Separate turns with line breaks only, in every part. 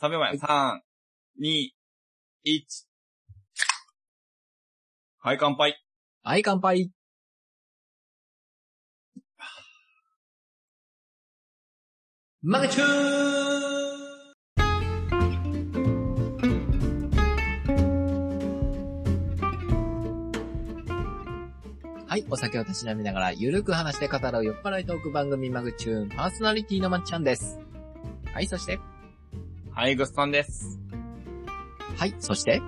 3秒前。三二一はい、乾杯。
はい、乾杯。マグチューはい、お酒をたしなみながら、ゆるく話して語らう酔っ払いトーク番組マグチューン、パーソナリティのまっちゃんです。はい、そして、
はい、ぐっさんです。
はい、そして、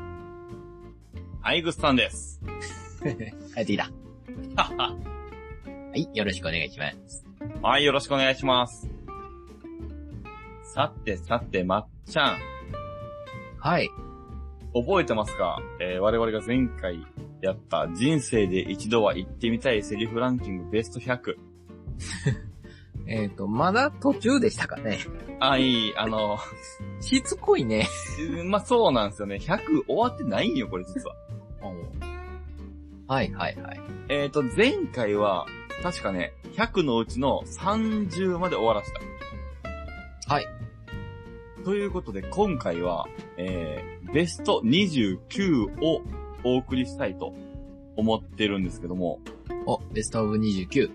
はい、ぐっさんです。
帰ってきた。
はは
はい、よろしくお願いします。
はい、よろしくお願いします。さてさて、まっちゃん、
はい。
覚えてますかえー我々が前回やった人生で一度は行ってみたいセリフランキングベスト100。
えっ、と、まだ途中でしたかね。
あ、いい、あの、
しつこいね。
うんまあ、そうなんですよね。100終わってないんよ、これ実は。
はいはいはい。
えっ、と、前回は、確かね、100のうちの30まで終わらした。
はい。
ということで、今回は、えー、ベスト29をお送りしたいと思ってるんですけども、
お、ベストオブ29。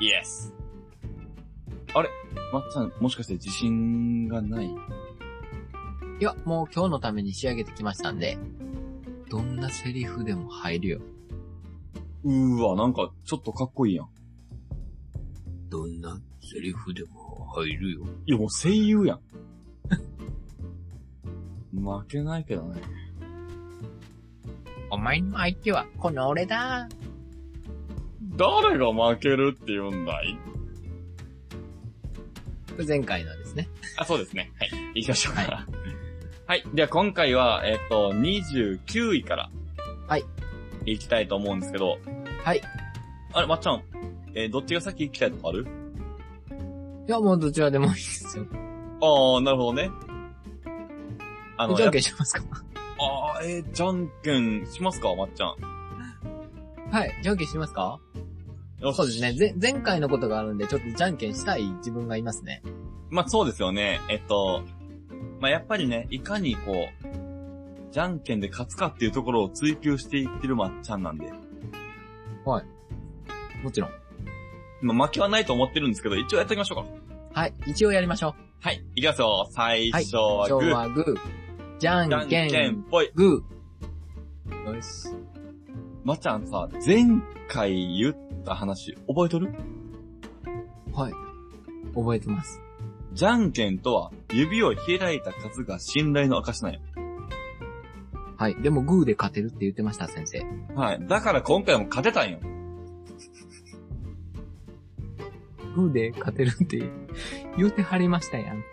イエスあれまっちゃん、もしかして自信がない
いや、もう今日のために仕上げてきましたんで、どんなセリフでも入るよ。
うーわ、なんか、ちょっとかっこいいやん。
どんなセリフでも入るよ。
いや、もう声優 やん。負けないけどね。
お前の相手はこの俺だ。
誰が負けるって言うんだい
前回のですね。
あ、そうですね。はい。行きましょうか。はい。では今回は、えっ、と、29位から。
はい。
行きたいと思うんですけど。
はい。
あれ、まっちゃん。えーどっちが先行きたいとかある
いや、もうどちらでもいいですよ。
ああ、なるほどね。あ
じゃん
やっ
けんしますか
ぱあー、えー、じゃんけんしますかまっちゃん。
はい。じゃんけんしますか
よし
そうですね。ぜ前回のことがあるんで、ちょっとじゃんけんしたい自分がいますね。
まあそうですよね。えっと、まあやっぱりね、いかにこう、じゃんけんで勝つかっていうところを追求していってるまっちゃんなんで、
もちろん。
まあ負けはないと思ってるんですけど、一応やっておきましょうか。
はい。一応やりましょう。
はい、いきますよ。最初
今
は
日
グー、
はグー。じゃ
じゃ
ん
ん
け
け
ん
ん、ぽい。
グー。よし。
まっちゃんさ、前回言った話、覚えとる
はい。覚えてます。
じゃんけんとは、指を開いた数が信頼の証なんよ。
はい。でもグーで勝てるって言ってました、先生。
はい。だから今回も勝てたんよ。
グーで勝てるって言うてはりましたやん。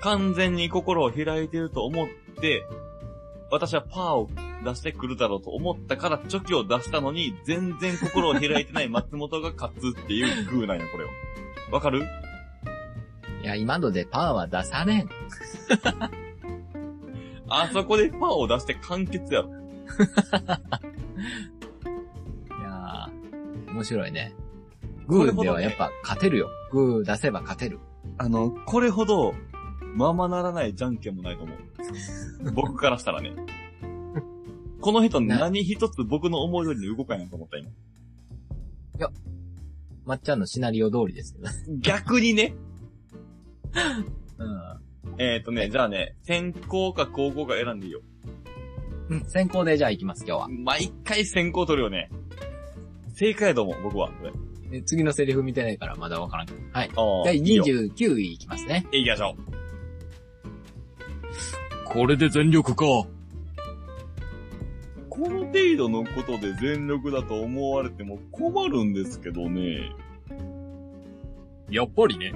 完全に心を開いてると思って、私はパーを出してくるだろうと思ったからチョキを出したのに、全然心を開いてない 松本が勝つっていうグーなんや、これは。わかる
いや、今のでパーは出されん。
あそこでパーを出して完結やろ。
いやー、面白いね。グーではやっぱ勝てるよ。グー出せば勝てる。
あの、これほど、ままならないじゃんけんもないと思う。僕からしたらね。この人何一つ僕の思い通りに動かへんと思った、今。
まっちゃんのシナリオ通りですけど。
逆にね。
うん
えっ、ー、とね、じゃあね、先行か後攻か選んでいいよ。。
うん先行でじゃあ行きます、今日は。
毎回先行取るよね。正解やと思う、僕は。これ
え次のセリフ見てないからまだわからんけど。はい。
あ
第
いいよ
29位いきますね。
行きましょ
これで全力か。
う。この程度のことで全力だと思われても困るんですけどね。
やっぱりね。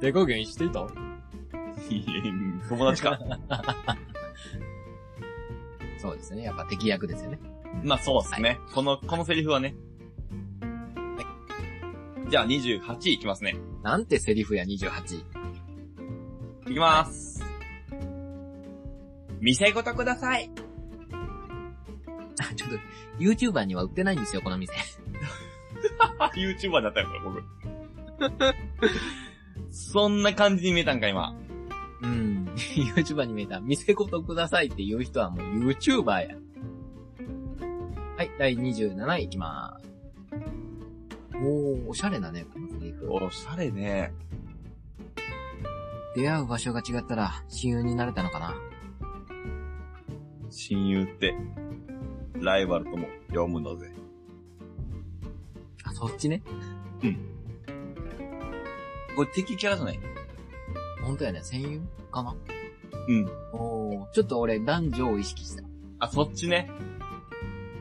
手加減していた
いや友達か。
そうですね。やっぱ敵役ですよね。
まあそうですね、この、このセリフはね。じゃあ28位いきますね。
なんてセリフや28。
いきます。店ごとください。
あちょっと、YouTuber には売ってないんですよ、この店。
あ、YouTuber だったよ、これ僕。 そんな感じに見えたんか、今。
うん。 YouTuber に見えた、見せことくださいって言う人はもう YouTuber や。はい、第27位いきまーす。おー、おしゃれだね、このセリフ。
おしゃれね。
出会う場所が違ったら親友になれたのかな
親友って、ライバルとも読むのぜ。
あ、そっちね。
これ敵キャラじゃない
ほんとやね、戦友かな
うん。
おー、ちょっと俺男女を意識した。
あ、そっちね。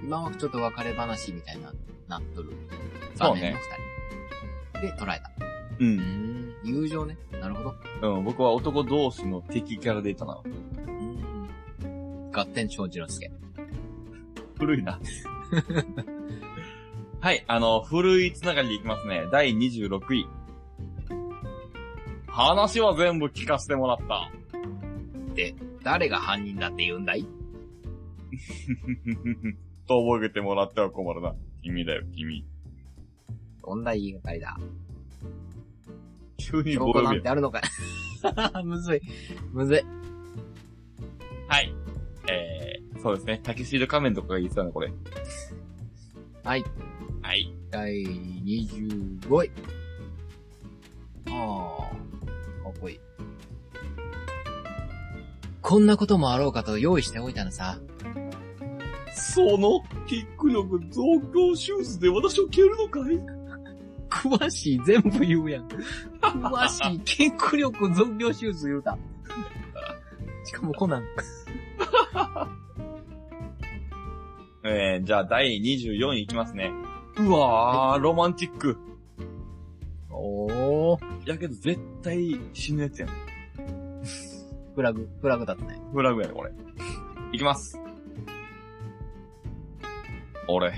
今はちょっと別れ話みたいな、なっとる。
そうね
場面の二人。で、捉えた。
う。
うんん、友情ね。なるほど。
うん、僕は男同士の敵キャラでいたな。
うん。合点長次郎介。
古いな。 はい、あの、古いつながりでいきますね。第26位。話は全部聞かせてもらった。
誰が犯人だって言うんだい
とぼけてもらっては困るな。君だよ、君。
どんな言いがかりだ。
急に
証
ボロ
拠な
ビ
んてあるのか。 むずい。むずい。
はい。えー、そうですね。タキシード仮面とかが言ってたの、これ。
はい。
はい。
第25位。ああ、かっこいい。こんなこともあろうかと用意しておいたのさ。
その、キック力増強手術で私を蹴るのかい
詳しい、全部言うやん。詳しい、筋力力増強手術言うた。しかもコナン。
えー、じゃあ第24位いきますね。うわー、ロマンチック。
おー。
やけど絶対死ぬやつやん。
フラグ、フラグだったね。
フラグやね、これ。いきます。俺、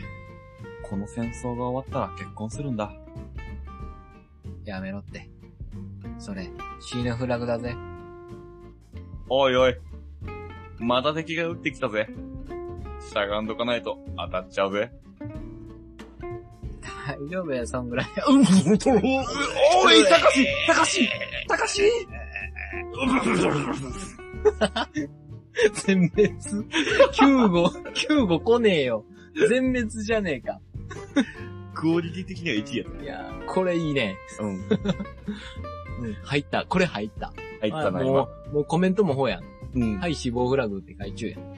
この戦争が終わったら結婚するんだ。
やめろって。それ、死ぬフラグだぜ。
おいおい。また敵が撃ってきたぜ。しゃがんどかないと当たっちゃうぜ。
大丈夫や、そんぐらい。うん、
おい、高し高し高し
全滅。9号、9号来ねえよ。全滅じゃねえか。
クオリティ的には1位やっ
いやー、これいいね。
た。うん。
うん、入った。これ入った。
入ったな、今
あも。う、もうコメントもほうやん。
うん。
はい、死亡フラグって外注やん。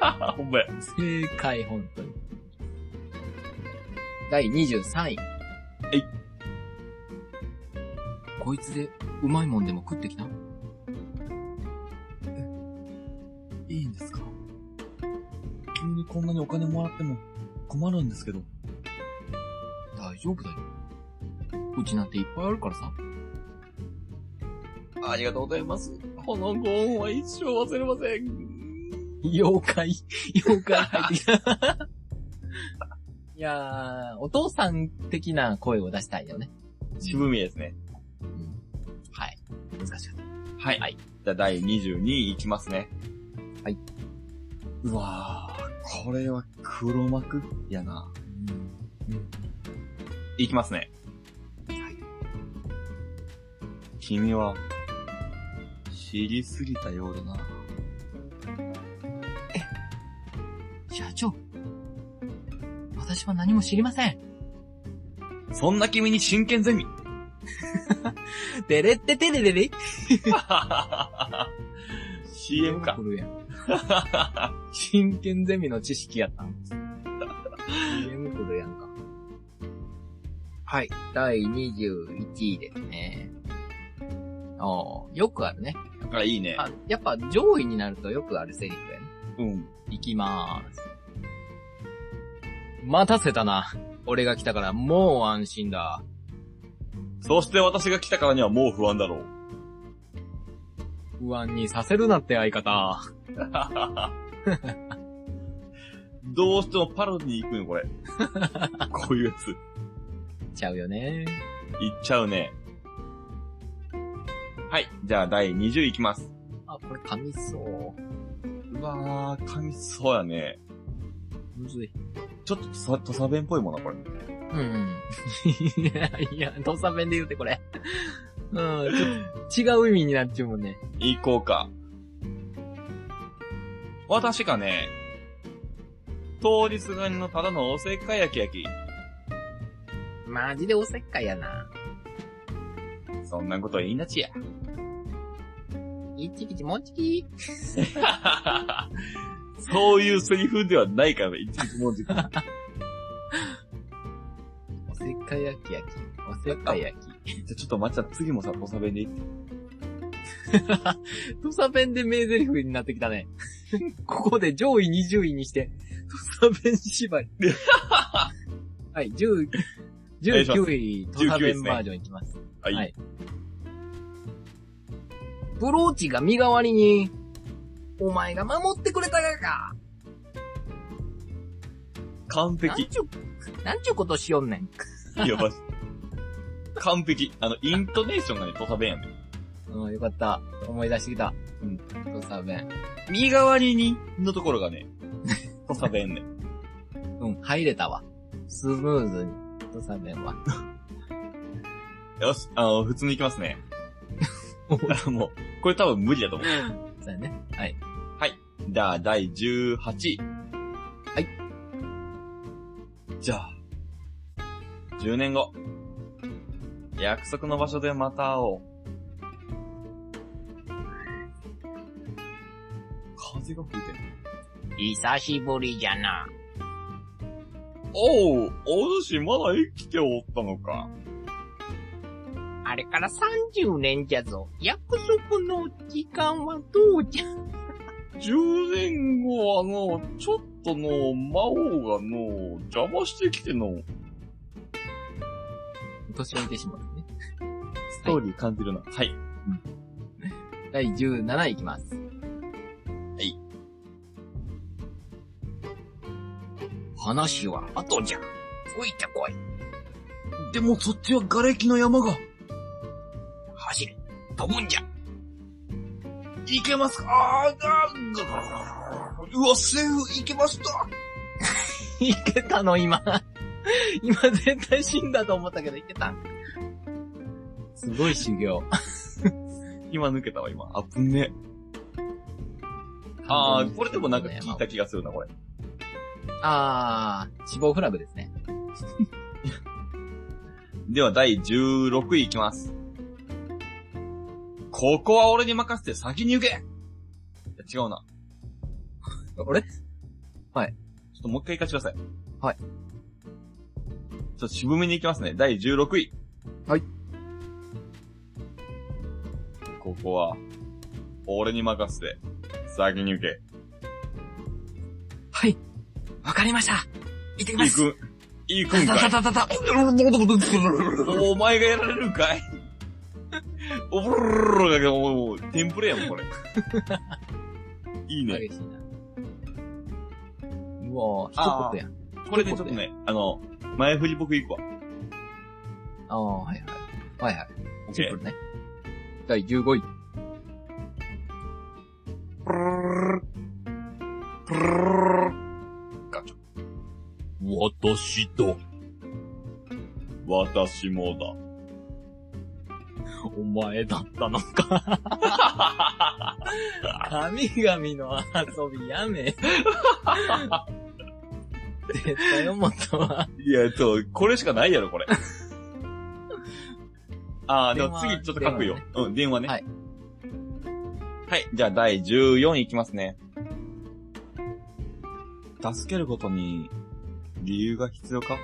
あ、ほんまや。
正解、本当に。第23位。
い
こいつで、うまいもんでも食ってきた
いいんですか急にこんなにお金もらっても困るんですけど。
大丈夫だよ。うちなんていっぱいあるからさ。
ありがとうございます。このご恩は一生忘れません。
妖怪、妖怪入ってきた。いやー、お父さん的な声を出したいよね。
渋みですね。
うんはい。難しかった。
はい。
はい
じゃあ第22位いきますね。
はい。
うわー、これは黒幕やな。いきますね。
はい。
君は、知りすぎたようだな。
社長。私は何も知りません。
そんな君に真剣ゼミ。
てれっててれれれ。
CM か
来。るやん。 真剣ゼミの知識やったんです。CM 来るやんか。はい。第21位ですね。おーよくあるね。
あ、いいね。
あ、やっぱ上位になるとよくあるセリフやね。
うん。
いきまーす。待たせたな。俺が来たからもう安心だ。
そして私が来たからにはもう不安だろう。
不安にさせるなって相方。
どうしてもパロディに行くの、こ れ。こういうやつ。行
ちゃうよね。
っちゃうね。はい。じゃあ、第20いきます。
あ、これ噛みそう。
うわー、神そうやね。
むずい。
ちょっとさ、土佐 弁っぽいもんな、これ。
うん。いや、いや、土佐弁で言うてこれ。うん、ちょっと違う意味になっちゃうもんね。
行こうか。私がね、通りすがりのただのおせっかい焼き焼き。
マジでおせっかいやな。
そんなこと言いなちや。
いちきちもんちき
そういうセリフではないからね、一日文字。
おせっかい焼き焼き。おせっかい焼 き。
ちょっと待っちゃ次もさ、土佐弁で言って。
土佐弁で名台詞になってきたね。 ここで上位20位にして、土佐弁縛り。 はい、10 19位、土佐弁バージョンいきます。
はい。
はいブローチが身代わりに、お前が守ってくれたがか。
完
なん
璧。
ちゅう、なんちゅうことしよんねん。
いやばし。完璧。あの、イントネーションがね、土佐弁やねん。
うん、よかった。思い出してきた。うん、土佐弁。
身代わりに、のところがね、 土佐弁ね。
うん、入れたわ。スムーズに。土佐弁は。。
よし、あの、普通に行きますねもう、これ多分無理だと思う。
そうやね。はい。
じゃあ、第18位。
はい。
じゃあ、10年後。約束の場所でまた会おう。風が吹いてる。
久しぶりじゃな。
おう、お主まだ生きておったのか。
あれから30年じゃぞ。約束の時間はどうじゃ。
10年後はの、ちょっとの、魔王がの、邪魔してきての。
年を見てしまったね。
ストーリー感じるな。はい。
第17位いきます。
い。
話は後じゃ。吹いてこい。
でもそっちは瓦礫の山が。
走れ。飛ぶんじゃ。
いけますかあーあーうわ、セーフ、いけました
いけたの今。 今絶対死んだと思ったけどいけた。すごい修行。
今抜けたわ、今。あぶね。あ あ、これでもなんか聞いた気がするな、これ。
あー、死亡フラグですね。
では、第16位いきます。ここは俺に任せて先に行けいや違うな。
あれ
ちょっともう一回行かせてください。
はい。
ちょっと渋めに行きますね。第16位。
はい。
ここは、俺に任せて、先に行け。
はい。わかりました。行ってきま
行
す。
く、行くんか
た
い
た たたた。
お前がやられるんかいおぼろろろろが、もう、テンプレやもん、これ。いいね。
激しいな。うわー、一言やん。
これね、ちょっとね、あの、前振り僕行くわ。
あー、はいはい。はいはい。
オッ
シ
ケ
ンプ
ー
ルね。第15位。
ガチ
私だ。
私もだ。
お前だったのか。神々の遊びや め。絶対思ったわ。
いや、そう、これしかないやろ、これ。あー、でも次ちょっと書くよ。うん、電話ね。
はい。
はい、じゃあ第14位いきますね。助けることに、理由が必要か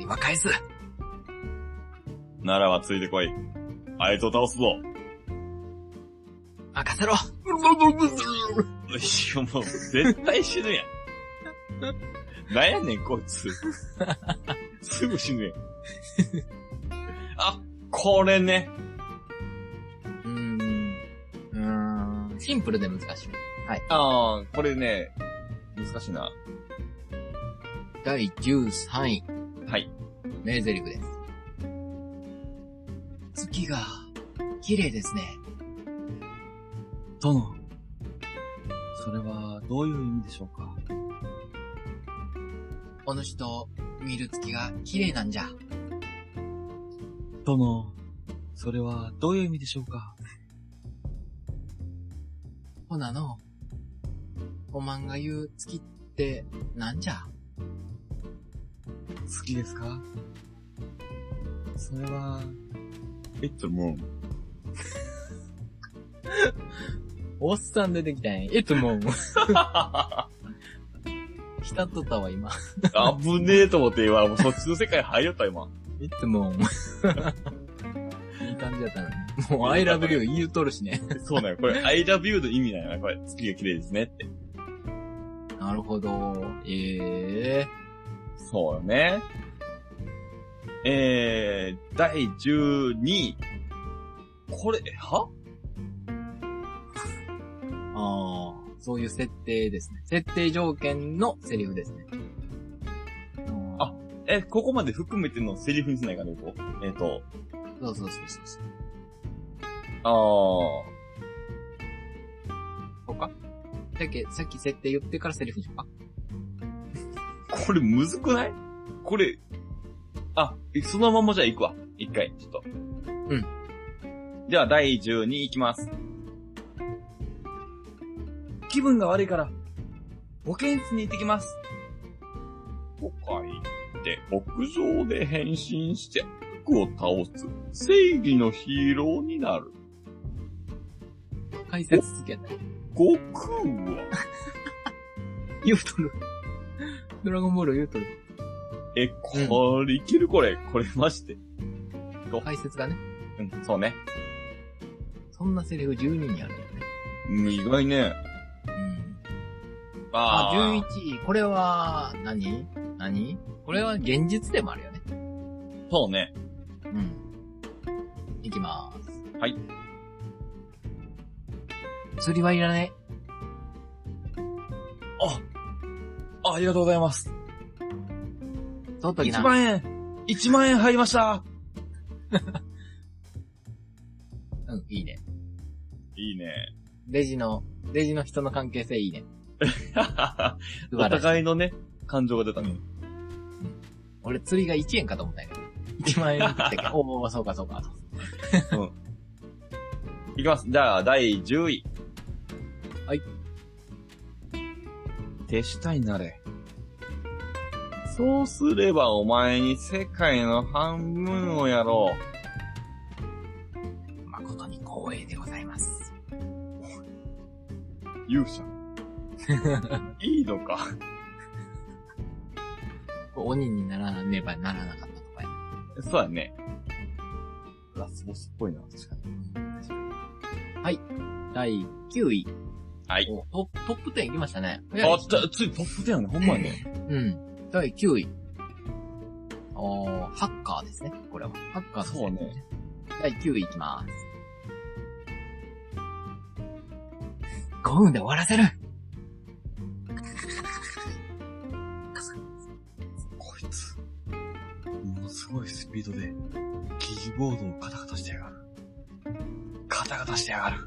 今返す。
ならはついてこい。あいつを倒すぞ。
任せろ。
いや、もう、絶対死ぬやん。なんやねん、こいつ。すぐ死ぬやん。あ、これね。
うーん。うーん。シンプルで難しい。
ああ、これね、難しいな。
第13位。
はい。
名台詞です。月が、綺麗ですね。
殿。それは、どういう意味でしょうか
お主と見る月が綺麗なんじゃ。
殿、それはどういう意味でしょうか
ほなの、おまんが言う月ってなんじゃ
好きですかそれは、えっともう、
おっさん出てきたんや。いつも。 浸っとったわ、今。
あぶねえと思って今、もうそっちの世界入りよった今。
いつも。いい感じだったのに。もう、アイラブリュー言うとるしね。
そうなの、 これ、I love you の意味なんやな、これ。月が綺麗ですねって。
なるほど。ええ
そうよね。えー、第12位。これ、は
ああ、そういう設定ですね。設定条件のセリフですね。うん
あえ、ここまで含めてのセリフにしないかね、こう。えっ、と、
そうそうそうそうそう。
あー、
そっかだっけ、さっき設定言ってからセリフにしようか。
これむずくないこれ、あ、そのままじゃあ行くわ。一回、ちょっと。
うん。
では、第12位行きます。気分が悪いから、保健室に行ってきます。都会って屋上で変身して悪を倒す正義のヒーローになる。
解説続けた。
悟空 は
言うとる。ドラゴンボール言うとる。
え、これいけるこれ。これまして。
解説がね。
うん、そうね。
そんなセリフ12にあるよね。
うん意外ね。
うん。あ、
あー
11位。これは何、何これは現実でもあるよね。
そうね。
うん。いきまーす。
はい。
釣りはいらない。
あ、ありがとうございます。
取っときな。
1万円 !1 万円入りました
うん、いいね。
いいね。
レジの、レジの人の関係性いいね。素
お
晴らしい。
互いのね、感情が出たね。
俺釣りが1円かと思ったんやけど。1万円だったっけ おお、そうかそうか。
いきます。じゃあ、第10位。
はい。
手下になれ。そうすればお前に世界の半分をやろ
誠に光栄でございます。
う。勇 者。いいのか。
鬼にならねばならなかったとかや。
そうだね。ラスボスっぽいな、確かに。
はい。第9位。
はい。
おトップトップ10いきましたね。
あ、ちょついトップ10やね、ほんまやね。
うん。第9位。おー、ハッカーですね。これは。ハッカーです
そうね。
第9位いきます。5分で終わらせる
こいつ、ものすごいスピードで、キーボードをカタカタしてやがる。カタカタしてやがる。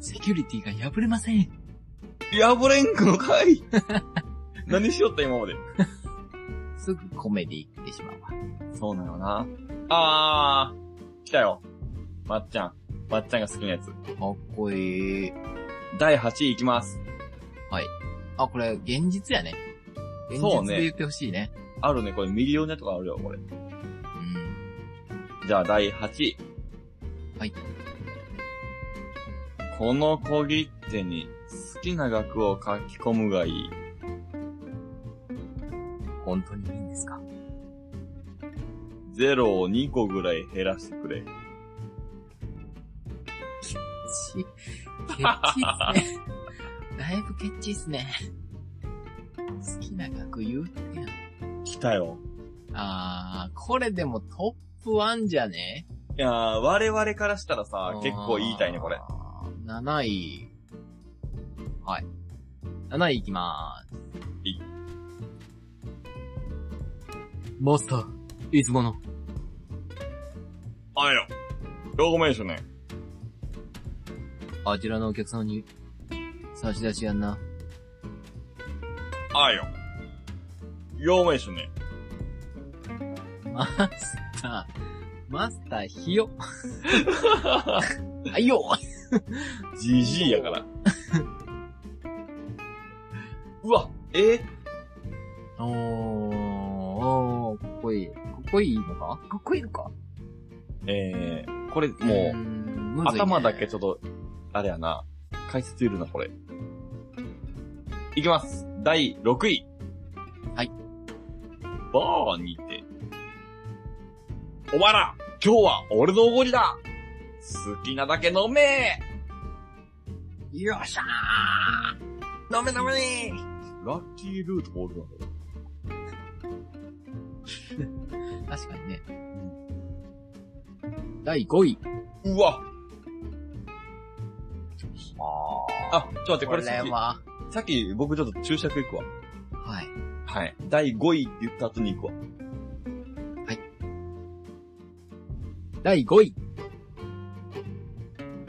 セキュリティが破れません
破れんくのか い何しよった今まで。
すぐコメディ行ってしまうわ。
そうなのな。あー、来たよ。まっちゃん。まっちゃんが好きなやつ。
かっこいい。
第8位いきます。
あ、これ、現実やね。現
そう
実
ね
で言ってほしいね。
あるね、これミリオネとかあるよ、これ。
うん。
じゃあ第8位。
はい。
この小切手に好きな額を書き込むがいい。
本当にいいんです か
ゼロを2個ぐらい減らしてくれ。
ち、ケチっすね。だいぶケチっすね。好きな学言うってやん。
来たよ。
あー、これでもトップ1じゃね
いやー、我々からしたらさ、結構言いたいね、これ。。
あー7位。はい。7位いきまーす。
い
マスター、いつもの。
あれよ。ロゴメーションね。
あちらのお客様に、差し出しやんな。
あれよ。ヨーメーションね。
マスター、マスターひ よ。あいよ
じじいや から。うわ、えー
おー、おー、かっこいい。かっこいいのかかっこいいのか
えー、これもう、
うーんむずいね
頭だけちょっと、あれやな。解説いるな、これ。いきます。第6位。
はい。
バーにて。お前ら、今日は俺のおごりだ好きなだけ飲め
よっしゃー飲め飲め
ラッキールートボールなんだよ。
確かにね。第5位。
うわ
あ
あ、ちょっと待って、これさっき、
は、
さっき僕ちょっと注釈いくわ。
はい。
はい。第5位って言った後に行くわ。
第5位。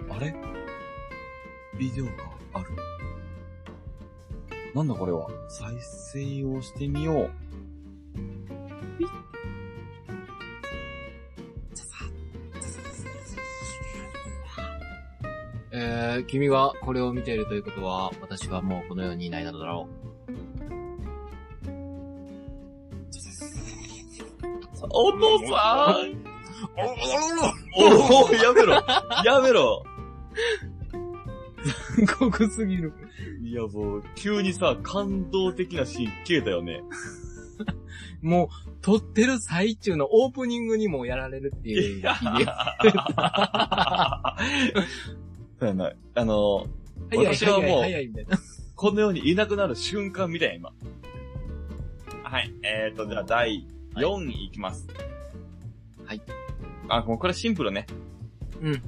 あれビデオがある。なんだこれは再生をしてみよう。
えー、君がこれを見ているということは、私はもうこの世にいないなどだろ
お父さん
う。おお
おおやめろやめろ
おこすぎる。
いやもう、急にさ、感動的なシーン消えたよね。
もう、撮ってる最中のオープニングにもやられるっていう。
そうやな。あの、
いや
私はもう
早いみたいな。
この世にいなくなる瞬間みたい今。はい。えーと、じゃあ第4位いきます。
はい。
あ、もうこれシンプルね。
うん。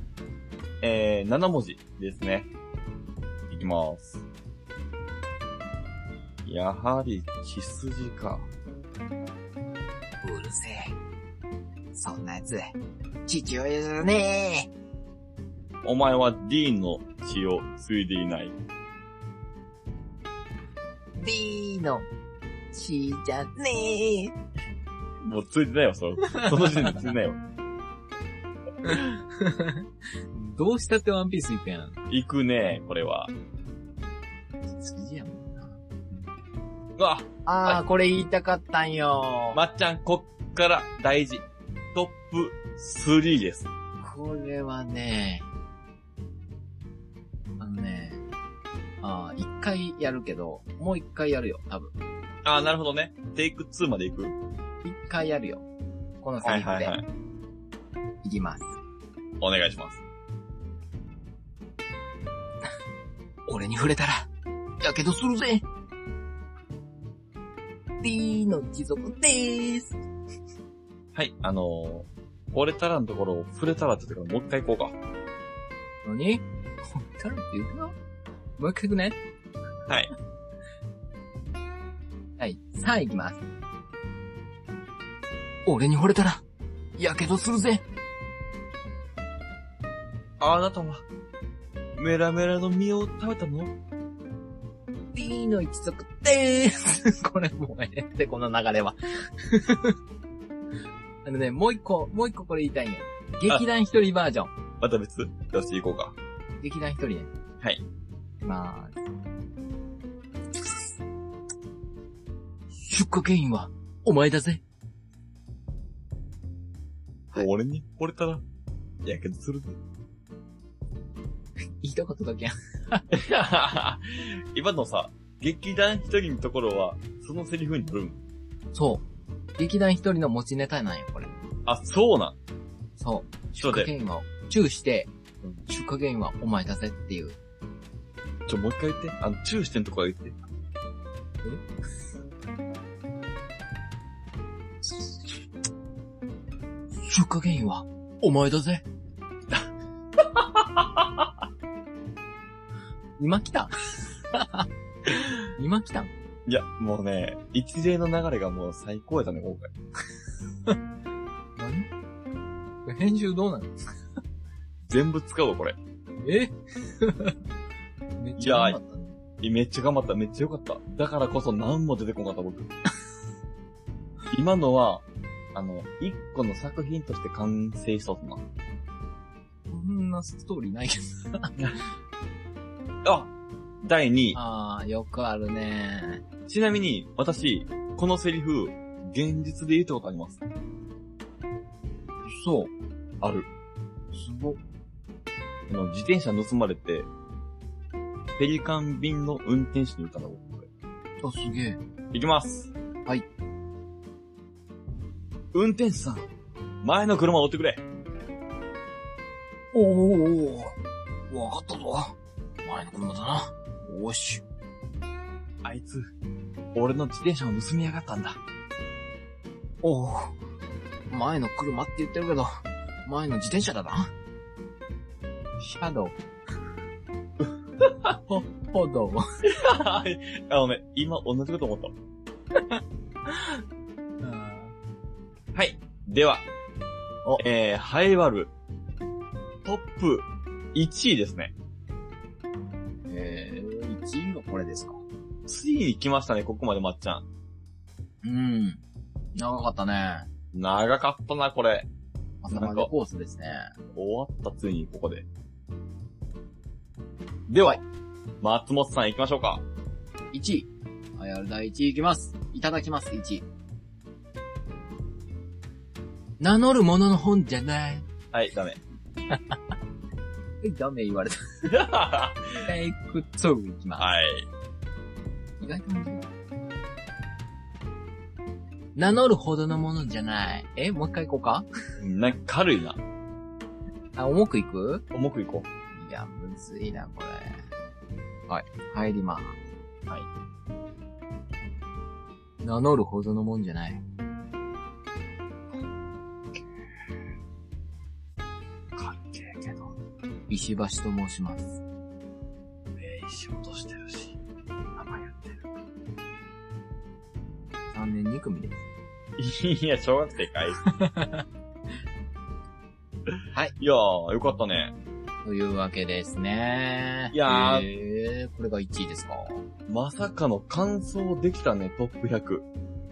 えー、7文字ですね。いきます。やはり、血筋か。
うるせえ。そんなやつ、父親じゃね
お前はディーンの血を継いでいない。
え !D の、血じゃねえ
もう継いでないわ、その、その時点で継いでないわ。
どうしたってワンピース行くやん。
行くね、これは。
好きやもんな。
うわ、
あー、
は
これ言いたかったんよ。
まっちゃん、こっから大事。トップ3です。
これはね、あのね、あー一回やるけど、もう一回やるよ、多分。
ああ、なるほどね。テイク2まで行く。
一回やるよ。このセリフで。
い。
いきます。
お願いします。
俺に触れたら、やけどするぜ !D の持続でーす。
はい、あのー、惚れたらのところを触れたらってところもう一回行こう
何ほったらって言うなもう一回行くね。
か。はい。
はい、3いきます。俺に惚れたら、やけどするぜ
あなたは、メラメラの実を食べたの
!D の一族でー すこれもうええって、この流れは。 あのね、もう一個、もう一個これ言いたいんよ。劇団一人バージョン。
また別よし、行こうか。
劇団一人ね。
はい。
まあ。出火原因は、お前だぜ。はい
俺に惚れたら、やけどするぜ。
言いたことだけや。
今のさ、劇団一人のところは、そのセリフに取るん
そう。劇団一人の持ちネタなんよ、これ。
あ、そうなん。
そう。
ちょ
出
っ
火
と待って、
原因は、チューして
うん、
出火原因はお前だぜっていう。
ちょ、もう一回言って。あの、チューしてんとこは言って。
出火原因は、お前だ ぜ。今来た今来たん
いや、もうね、一例の流れがもう最高やったね、今回。
何編集どうなの
全部使うわ、これ。
え めっちゃ頑張ったね。
めっちゃ頑張った。めっちゃ 良かった。だからこそ何も出てこなかった、僕。今のは、ああの、一個の作品として完成しそうだ
そんなストーリーないけど。
な。あ第2位。
ああ、よくあるね。
ちなみに、私、このセリフ、現実で言ったことあります。
そう。
ある。
すごっ。
あの、自転車盗まれて、ペリカン便の運転手に言ったの、僕。
あ、すげえ。
いきます。
はい。
運転手さん、前の車を追ってくれ。
おおおおわかったぞ。前の車だな。おーし。
あいつ、俺の自転車を盗みやがったんだ。
おお前の車って言ってるけど、前の自転車だな。シャ ドウ。ほ、ほど。
あのね、今同じこと思った。はい。では、
お
えー、ハイワル、トップ1位ですね。
えー、1位がこれですか
ついに来ましたね、ここまでまっちゃん。
うん。長かったね。
長かったな、これ。
朝までコースですね。
終わった、ついに、ここで。では、松本さん行きましょうか。
1位。はやる第1位いきます。いただきます、1位。名乗る者の本じゃない。
はい、ダメ。
え、ダメ言われた。
は
テイク2いきます。
い。
意外と難しい名乗るほどのものじゃない。え、もう一回行こうか
なんか軽いな。
あ、重くいく
重くいこう。
いや、むずいな、これ。はい。入ります。はい。名乗るほどのもんじゃない。かっけえけど。石橋と申します。
えー、仕事してるし。
名前やってる。3年2組です。
いや、小学生か い。
はい。
いやー、よかったね。
というわけですね。
いやー
えー、これが1位ですか。
まさかの完走できたね、トップ100。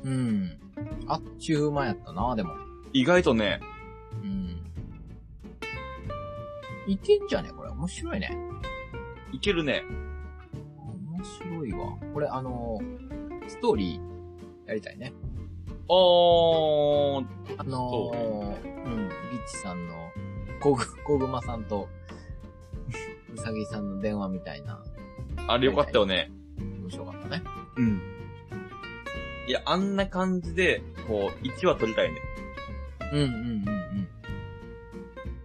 うん。あっちゅう間やったな、でも。
意外とね、
うん。いけんじゃねこれ。面白いね。
いけるね。
面白いわ。これ、あのーストーリー、やりたいね。
おー、
あのー、うん、ビッチさんの、こぐ、 こぐまさんと、うさぎさんの電話みたいな、
あれよかったよね。
面白かったね。
うん。いや、あんな感じで、こう、1話取りたいね。
うんうんうんうん。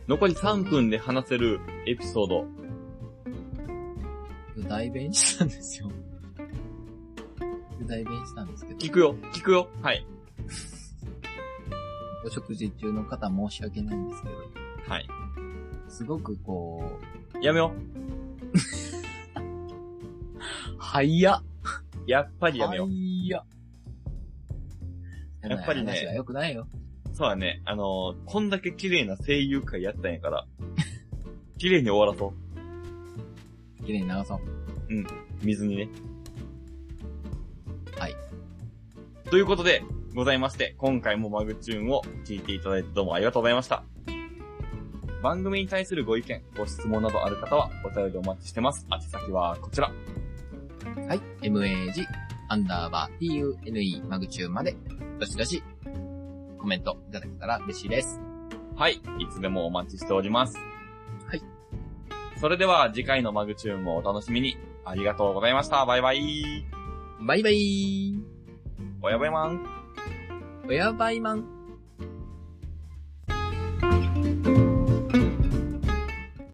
残り3分で話せるエピソード。
代弁したんですよ。代弁したんですけど。
聞くよ、聞くよ。はい。
お食事中の方申し訳ないんですけど、
はい。
すごくこ
やめよ
う、はいや
う。やっぱりやめよ
はいや。
やっぱりね
話は良くないよ。
う。そうだね。あのー、こんだけ綺麗な声優会やったんやから、 綺麗に終わらそ
綺麗に流そう。
う。水にね。
はい。
ということで、ございまして、今回もマグチューンを聞いていただいてどうもありがとうございました。番組に対するご意見、ご質問などある方は、お便りお待ちしてます。宛先はこちら。
はい。mag、アンダーバー、tune、マグチューンまで、どしどし、コメントいただけたら嬉しいです。
はい。いつでもお待ちしております。
はい。
それでは次回のマグチューンもお楽しみに。ありがとうございました。バイバイ。
バイバイ
おやばいまん。
おやばいまん